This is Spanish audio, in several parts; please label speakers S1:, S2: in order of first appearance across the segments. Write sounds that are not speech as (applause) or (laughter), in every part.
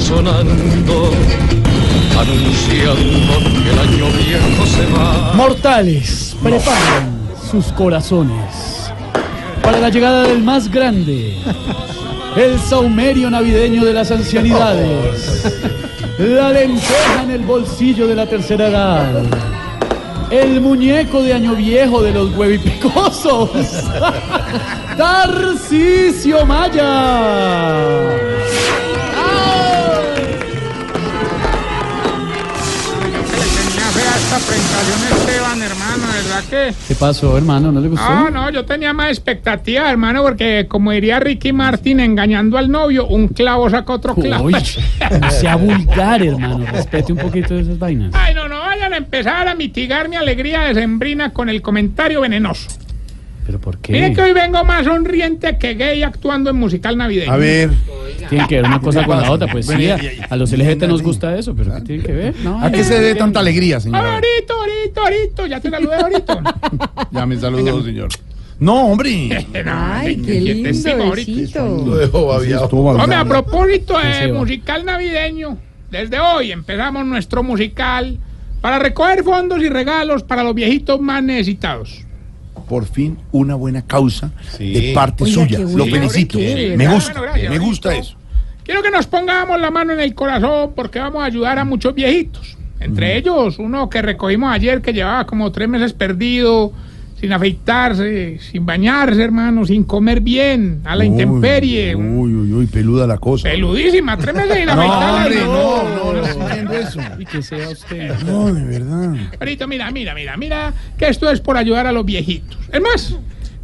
S1: sonando, anunciando que el año viejo se va.
S2: Mortales, preparen sus corazones para la llegada del más grande, el saumerio navideño de las ancianidades, la lenteja en el bolsillo de la tercera edad, el muñeco de año viejo de los huevipicosos, (laughs) Tarcisio Maya.
S3: Tenía fea esta presentación Esteban, hermano, ¿verdad que?
S2: ¿Qué pasó, hermano? ¿No le gustó?
S3: No, no, yo tenía más expectativa, hermano, porque como diría Ricky Martin engañando al novio, un clavo saca otro clavo.
S2: Uy, no (laughs) sea vulgar, hermano. Respete un poquito de esas vainas.
S3: Ay, no, no vayan a empezar a mitigar mi alegría decembrina con el comentario venenoso.
S2: ¿Pero por qué?
S3: Miren que hoy vengo más sonriente que gay actuando en musical navideño.
S4: A ver,
S2: Tiene que ver una cosa con la otra. Pues sí, a, a los LGT nos gusta eso, pero ¿qué tiene que ver? No,
S4: ¿a qué se dé tanta alegría, señor?
S3: Ahorito, ahorito, ahorito, ya te la leo
S4: (laughs)
S3: ahorita.
S4: Ya me saludó, señor. No, hombre. Pues
S5: Ay, qué lindo, besito.
S4: dejo
S3: Hombre, a propósito
S2: se
S3: de
S2: va.
S3: musical navideño, desde hoy empezamos nuestro musical para recoger fondos y regalos para los viejitos más necesitados.
S4: Por fin, una buena causa
S6: Sí.
S4: de parte
S5: Oiga,
S4: suya.
S5: qué
S4: Lo
S5: bueno.
S4: felicito.
S5: Sí, de
S4: Me
S3: verdad.
S4: gusta,
S3: Bueno, gracias.
S4: me gusta eso.
S3: Quiero que nos pongamos la mano en el corazón porque vamos a ayudar a muchos viejitos. Entre ellos, uno que recogimos ayer que llevaba como tres meses perdido, sin afeitarse, sin bañarse, hermano, sin comer bien, a la intemperie.
S4: Uy, uy, uy, uy, peluda la cosa.
S3: Peludísima, tres meses sin
S4: No,
S3: afeitarse.
S4: hombre, no, no, no,
S3: no.
S4: entiendo eso.
S2: Y que sea usted.
S4: No, de verdad.
S3: Perito, mira, mira, mira, mira, que esto es por ayudar a los viejitos. Es más,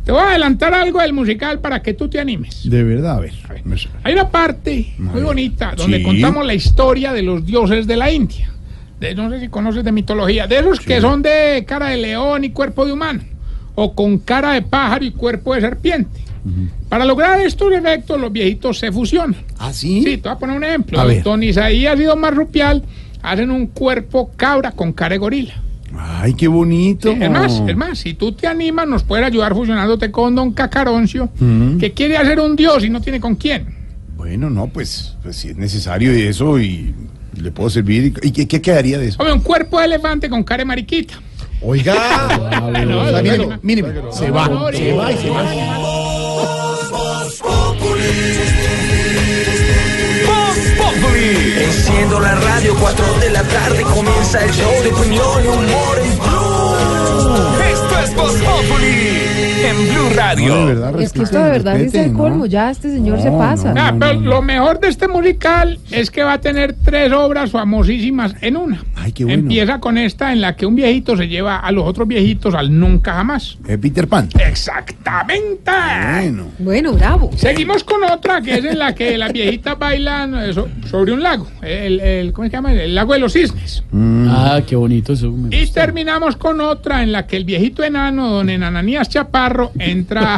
S3: te voy a adelantar algo del musical para que tú te animes.
S4: De verdad, a ver. me-
S3: Hay una parte muy bonita donde
S4: Sí.
S3: contamos la historia de los dioses de la India. De, no sé si conoces de mitología, de esos que son de cara de león y cuerpo de humano, o con cara de pájaro y cuerpo de serpiente. Para lograr estos efectos, los viejitos se fusionan.
S4: ¿Ah,
S3: Sí, te voy a poner un ejemplo.
S4: A ver.
S3: Don Isaías y Don Marrupial hacen un cuerpo cabra con cara de gorila.
S4: Ay, qué bonito.
S3: Sí, es más,
S4: Oh.
S3: es más, si tú te animas, nos puedes ayudar fusionándote con Don Cacaroncio,
S4: Mm.
S3: que quiere hacer un dios y no tiene con quién.
S4: Bueno, no, pues, pues si es necesario y eso y le puedo servir. ¿Y qué, qué quedaría de eso?
S3: Hombre, un cuerpo de elefante con cara de mariquita.
S4: Oiga,
S3: No,
S4: o sea,
S3: no,
S4: míreme,
S3: no.
S4: míreme, se va,
S3: No,
S4: se va y se va.
S7: Enciendo la radio, 4 de la tarde comienza el show de opinión y humor en Blue. Esto es Voz Populi en Blue
S4: No, de
S7: Radio.
S4: verdad,
S5: Es que esto
S4: respeten,
S5: de verdad es
S4: respeten,
S5: el
S4: ¿no?
S5: colmo. Ya este señor se
S4: No,
S5: pasa.
S4: no,
S3: Ah,
S4: no,
S3: pero
S4: no, no.
S3: lo mejor de este musical es que va a tener tres obras famosísimas en una.
S4: Ay, qué bueno.
S3: Empieza con esta en la que un viejito se lleva a los otros viejitos al nunca jamás.
S4: Eh, Peter Pan.
S3: Exactamente.
S4: Bueno.
S5: Bueno, bravo.
S3: Seguimos con otra que es en la que las viejitas bailan eh, so- sobre un lago. El, el- ¿Cómo se llama? El lago de los cisnes.
S2: Ah, qué bonito eso. me
S3: Y
S2: gusta.
S3: terminamos con otra en la que el viejito enano, don Enananías Chaparro,
S4: (laughs)
S3: entra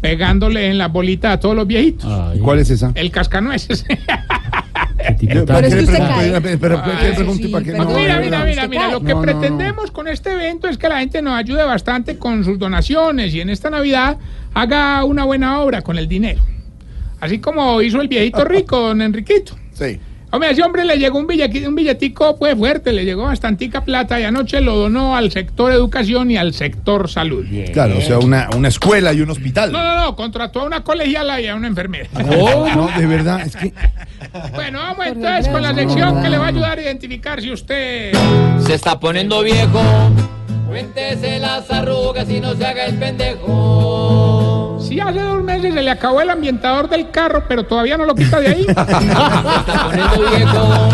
S3: pegándole en la bolita a todos los viejitos.
S2: Ay,
S4: ¿Y ¿Cuál es esa?
S3: El cascanueces.
S2: qué tipo
S4: Eh,
S2: tan-
S5: Pero es que usted
S4: espera,
S5: cae.
S4: espera, espera, espera,
S3: Ay,
S4: que pregunte
S5: sí,
S4: para que (laughs)
S5: pero
S4: no,
S5: mira,
S4: de
S3: mira,
S4: verdad.
S3: mira, mira, mira. Lo que
S4: No, no, no.
S3: pretendemos con este evento es que la gente nos ayude bastante con sus donaciones y en esta Navidad haga una buena obra con el dinero. Así como hizo el
S4: (laughs)
S3: viejito rico, don Enriquito.
S4: Sí.
S3: Hombre, a ese hombre le llegó un billetico, un billetico pues, fuerte, le llegó bastantica plata y anoche lo donó al sector educación y al sector salud.
S4: Claro, o sea, una, una escuela y un hospital.
S3: No, no, no, contrató a una colegiala y a una
S4: (laughs)
S3: enfermera.
S4: No, no, de verdad, es que
S3: Bueno, vamos entonces con la sección que le va a ayudar a identificar si usted...
S8: Se está poniendo viejo. Cuéntese las arrugas y no se haga el pendejo.
S3: Si hace dos meses se le acabó el ambientador del carro, pero todavía no lo quita de
S4: (laughs)
S3: ahí.
S8: Se está poniendo viejo.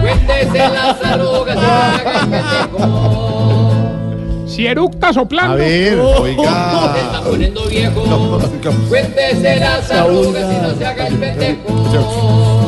S8: Cuéntese las arrugas y no se haga el pendejo.
S3: Si eructa
S4: a
S3: soplando.
S4: ver,
S8: Se está
S4: oiga.
S8: poniendo viejo. Cuéntese las arrugas y no se haga el pendejo.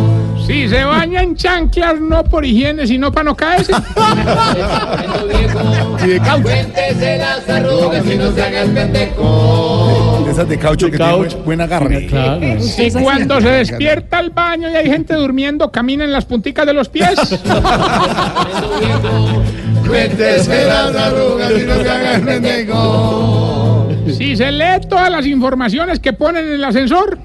S3: Si se baña en chanclas, no por higiene, sino para no
S4: (laughs)
S3: caerse.
S8: Se está poniendo viejo.
S4: Y de caucho,
S8: Cuéntese las arrugas y no se haga el pendejo.
S4: de esas de caucho que tiene
S2: caucho.
S4: buen, buen agarre.
S2: Claro.
S5: Usted
S3: Si
S5: es así.
S3: cuando se despierta al baño y hay gente durmiendo, camina en las punticas de los
S4: (laughs)
S3: pies.
S8: Poniendo viejo.
S4: Cuéntese las arrugas y no se haga el pendejo.
S3: Si se lee todas las informaciones que ponen en el ascensor,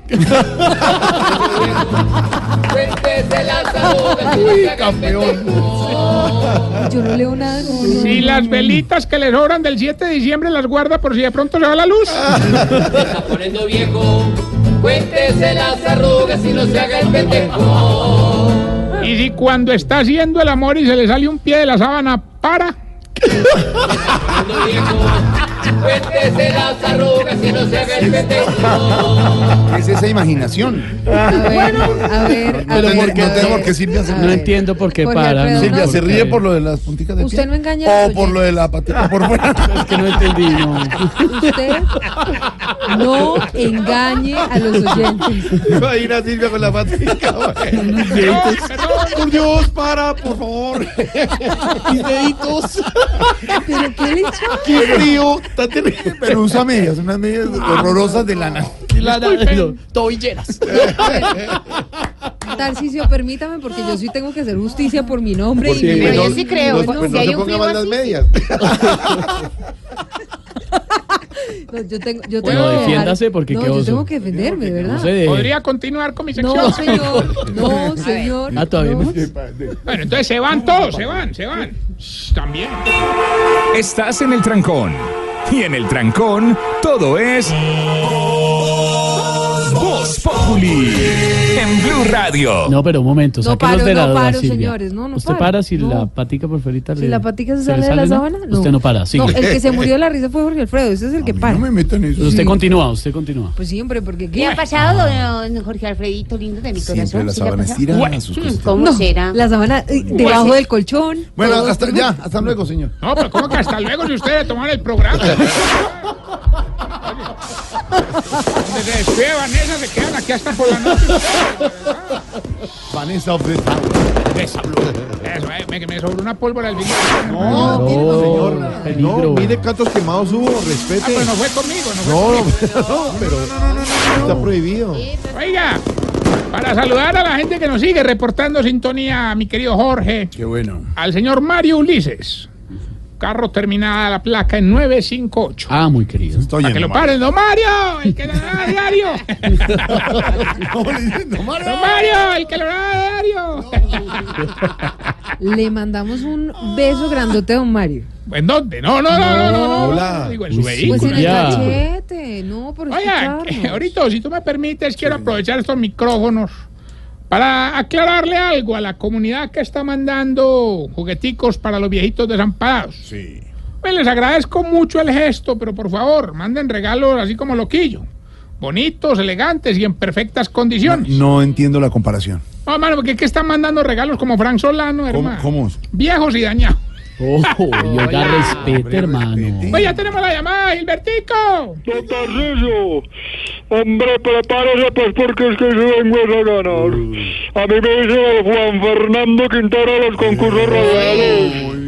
S8: Cuéntese las arrugas y la haga el pendejo.
S5: Yo no leo nada. no, no,
S3: si
S5: no,
S4: Mm.
S3: las
S5: no.
S3: velitas que le sobran del 7 de diciembre las guarda por si de pronto se va la luz,
S8: Se está poniendo viejo. Cuéntese las arrugas y no se haga el pendejo.
S3: y si cuando está haciendo el amor y se le sale un pie de la sábana, para.
S8: Poniendo viejo. Cuéntese las arrugas y no se haga el pendejo.
S4: ¿Qué es esa imaginación?
S5: A ver, a ver, a
S4: Pero
S5: ver.
S4: porque-
S5: a
S4: no tengo
S5: ver.
S4: por qué Silvia se-
S5: A
S2: No
S5: ver.
S2: entiendo por qué
S5: Jorge
S2: para.
S5: Alfredo,
S4: Silvia
S5: no.
S4: se ríe por lo de las punticas de
S5: Usted
S4: pie.
S5: no engaña a
S4: O
S5: los
S4: por lo de la patita por fuera.
S2: Es que no entendí, no.
S5: Usted no engañe a los oyentes.
S4: Imagina a Silvia con la (laughs) patita. Por Dios, para, por favor. Mis deditos.
S5: ¿Pero qué le echó?
S4: Qué frío. Está terrible. Ah, Pero usa medias, unas medias horrorosas de lana.
S2: La,
S3: Disculpen.
S2: tobilleras.
S5: Tarcisio, permítame, porque yo sí tengo que hacer justicia por mi nombre. y
S4: Porque
S5: mi-
S6: Pero
S4: no-
S6: yo sí creo,
S4: no-
S6: ¿no?
S4: pues
S6: Si
S4: no
S6: hay
S4: se
S6: un
S4: ponga
S6: frío
S4: mal las
S6: así.
S4: medias.
S5: No, yo tengo, yo
S3: Bueno,
S5: tengo que
S2: defiéndase,
S5: dejar-
S2: porque
S5: no,
S2: qué
S5: yo
S2: oso.
S5: tengo que defenderme, ¿verdad?
S2: No sé de-
S3: Eh. Podría continuar con mi sección.
S5: No, señor. No, señor.
S2: Ah, todavía no.
S3: Bueno, entonces se van todos, se van, se van. Shh, También.
S9: Estás en el trancón. Y en el trancón, todo es. Voz Populi. En Blue Radio.
S2: No, pero un momento,
S5: No
S2: saquemos
S5: paro,
S2: de la
S5: no
S2: duda,
S5: paro,
S2: Silvia.
S5: señores, no, no
S2: ¿Usted
S5: paro,
S2: para si
S5: no.
S2: la patica por ferita
S5: Si la patica se
S2: le
S5: sale de la
S2: no?
S5: sábana, no.
S2: Usted no para,
S5: No,
S2: sigue.
S4: (laughs)
S5: el que se murió de la risa fue Jorge Alfredo, ese es el que para.
S4: No me metan en eso.
S2: Usted continúa, usted continúa.
S5: Pues siempre, porque
S6: ¿Qué
S5: ¿qué?
S6: ha pasado, don Jorge Alfredito, lindo de mi
S4: Siempre
S6: corazón?
S4: las
S6: ¿Sí le ha
S4: sábanas
S6: pasado?
S4: tiran a sus
S6: Mm,
S4: costados.
S6: ¿Cómo
S5: No,
S6: será?
S5: La sábana eh, debajo del colchón.
S4: Bueno,
S5: todo.
S4: hasta ya, hasta luego, señor.
S3: No, pero ¿cómo que hasta luego si ustedes toman el programa?
S4: (laughs)
S3: Donde se despide Vanessa, se quedan aquí hasta por la noche.
S4: Vanessa of the Town.
S3: Eso, eso, eh, me, me sobró una pólvora Ah, al vinilo.
S4: No,
S2: No,
S4: mire, señor.
S2: peligro.
S4: No, mire cuántos quemados hubo,
S3: Ah, pero
S4: respete.
S3: no fue conmigo, no fue
S4: No, no, pero está prohibido.
S3: Oiga, para saludar a la gente que nos sigue reportando sintonía, a mi querido Jorge,
S4: Qué bueno.
S3: al señor Mario Ulises. Carro terminada la placa en 958.
S2: Ah, muy querido.
S4: Estoy
S3: Para que lo paren, don Mario, el que lo da a diario.
S4: ¿Cómo le dicen? No, Mario.
S3: Don Mario, el que lo da a diario.
S5: Le mandamos un beso grandote a don Mario.
S3: ¿En dónde? No, no, no, no, no. no.
S4: hola.
S3: Digo, en su
S2: Uy, sí,
S5: Pues
S3: vehículo.
S5: en el
S2: Ya.
S5: cachete, no, por
S3: Oigan, (laughs)
S5: escucharnos.
S3: ahorita, si tú me permites, quiero aprovechar estos micrófonos para aclararle algo a la comunidad que está mandando jugueticos para los viejitos desamparados.
S4: Sí.
S3: Pues les agradezco mucho el gesto, pero por favor, manden regalos así como loquillo. Bonitos, elegantes y en perfectas condiciones. No,
S4: No entiendo la comparación.
S3: hermano, porque es que están mandando regalos como Frank Solano,
S4: ¿Cómo?
S3: hermano.
S4: cómo?
S3: Viejos y dañados.
S2: Ojo, y oiga,
S3: Hola.
S2: respete, hermano.
S4: Oh, respete.
S3: Pues ya tenemos la llamada, Gilbertico.
S10: Don Tarcillo, hombre, prepárese pues porque es que yo vengo a ganar. A mí me dice Juan Fernando Quintana los concursos radiales.
S4: Muy bien.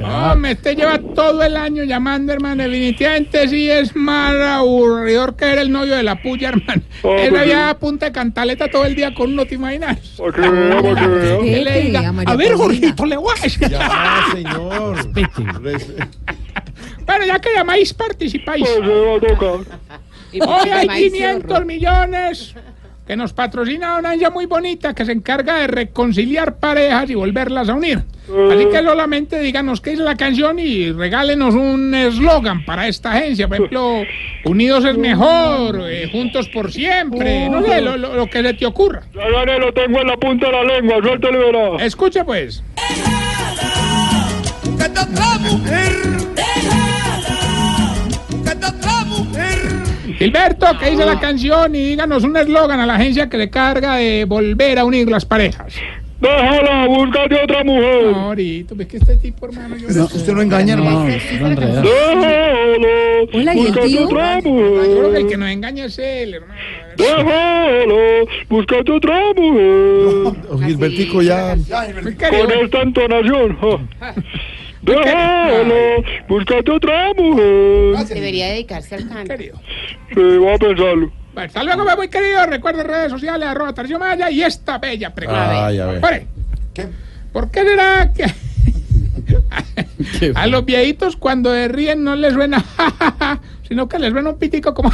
S3: Hombre, este lleva todo el año llamando, hermano. Definitivamente sí es más aburridor que era el novio de la puya, hermano.
S10: Oh,
S3: Él
S10: pues
S3: había a punta de cantaleta todo el día con uno, ¿te imaginas?
S10: Para que vea, para que vea.
S5: Vete,
S3: Que le diga,
S5: a María
S3: a ver,
S5: Paulina".
S3: Jorgito, le voy a decir".
S4: Ya, señor.
S2: Respete.
S4: Res-
S3: Bueno, ya que llamáis, participáis.
S10: Pues se va a tocar.
S6: Y
S3: Hoy hay
S6: maíz,
S3: 500 millones que nos patrocina una ella muy bonita que se encarga de reconciliar parejas y volverlas a unir. Así que solamente díganos qué es la canción y regálenos un eslogan para esta agencia. Por ejemplo, Unidos es mejor, eh, Juntos por siempre, no sé, lo, lo- lo que se te ocurra.
S10: Ya gané, lo tengo en la punta de la lengua, suéltelo y verá.
S3: Escucha pues. Gilberto, que dice
S4: Ah.
S3: la canción y díganos un eslogan a la agencia que se carga de volver a unir las parejas.
S10: Déjala, búscate otra mujer.
S3: Ahorita, ves que este tipo, hermano, yo-
S4: No, Usted no engaña,
S2: No,
S4: hermano.
S2: no enreda.
S5: Hola,
S10: Déjala,
S5: ¿y el
S10: búscate
S5: tío?
S3: yo
S10: otra
S3: creo que
S10: mujer.
S3: el que nos engaña es él, hermano.
S10: Déjala, búscate otra mujer.
S4: Gilbertico ya.
S3: Muy
S10: Con
S3: querido.
S10: esta entonación.
S5: (laughs)
S10: ja. Déjalo, búscate otra mujer.
S6: Debería dedicarse al canto.
S3: querido.
S10: Sí, voy a pensarlo.
S3: Bueno, hasta luego, pues, muy querido. Recuerden redes sociales, arroba Tarcisio Maya y esta
S4: Ah,
S3: bella pregunta.
S4: Ay, a ver.
S3: Pare. ¿Por qué será que... (laughs) A los viejitos cuando se ríen no les suena, (laughs) ja, ja, ja, sino que les suena un pitico como...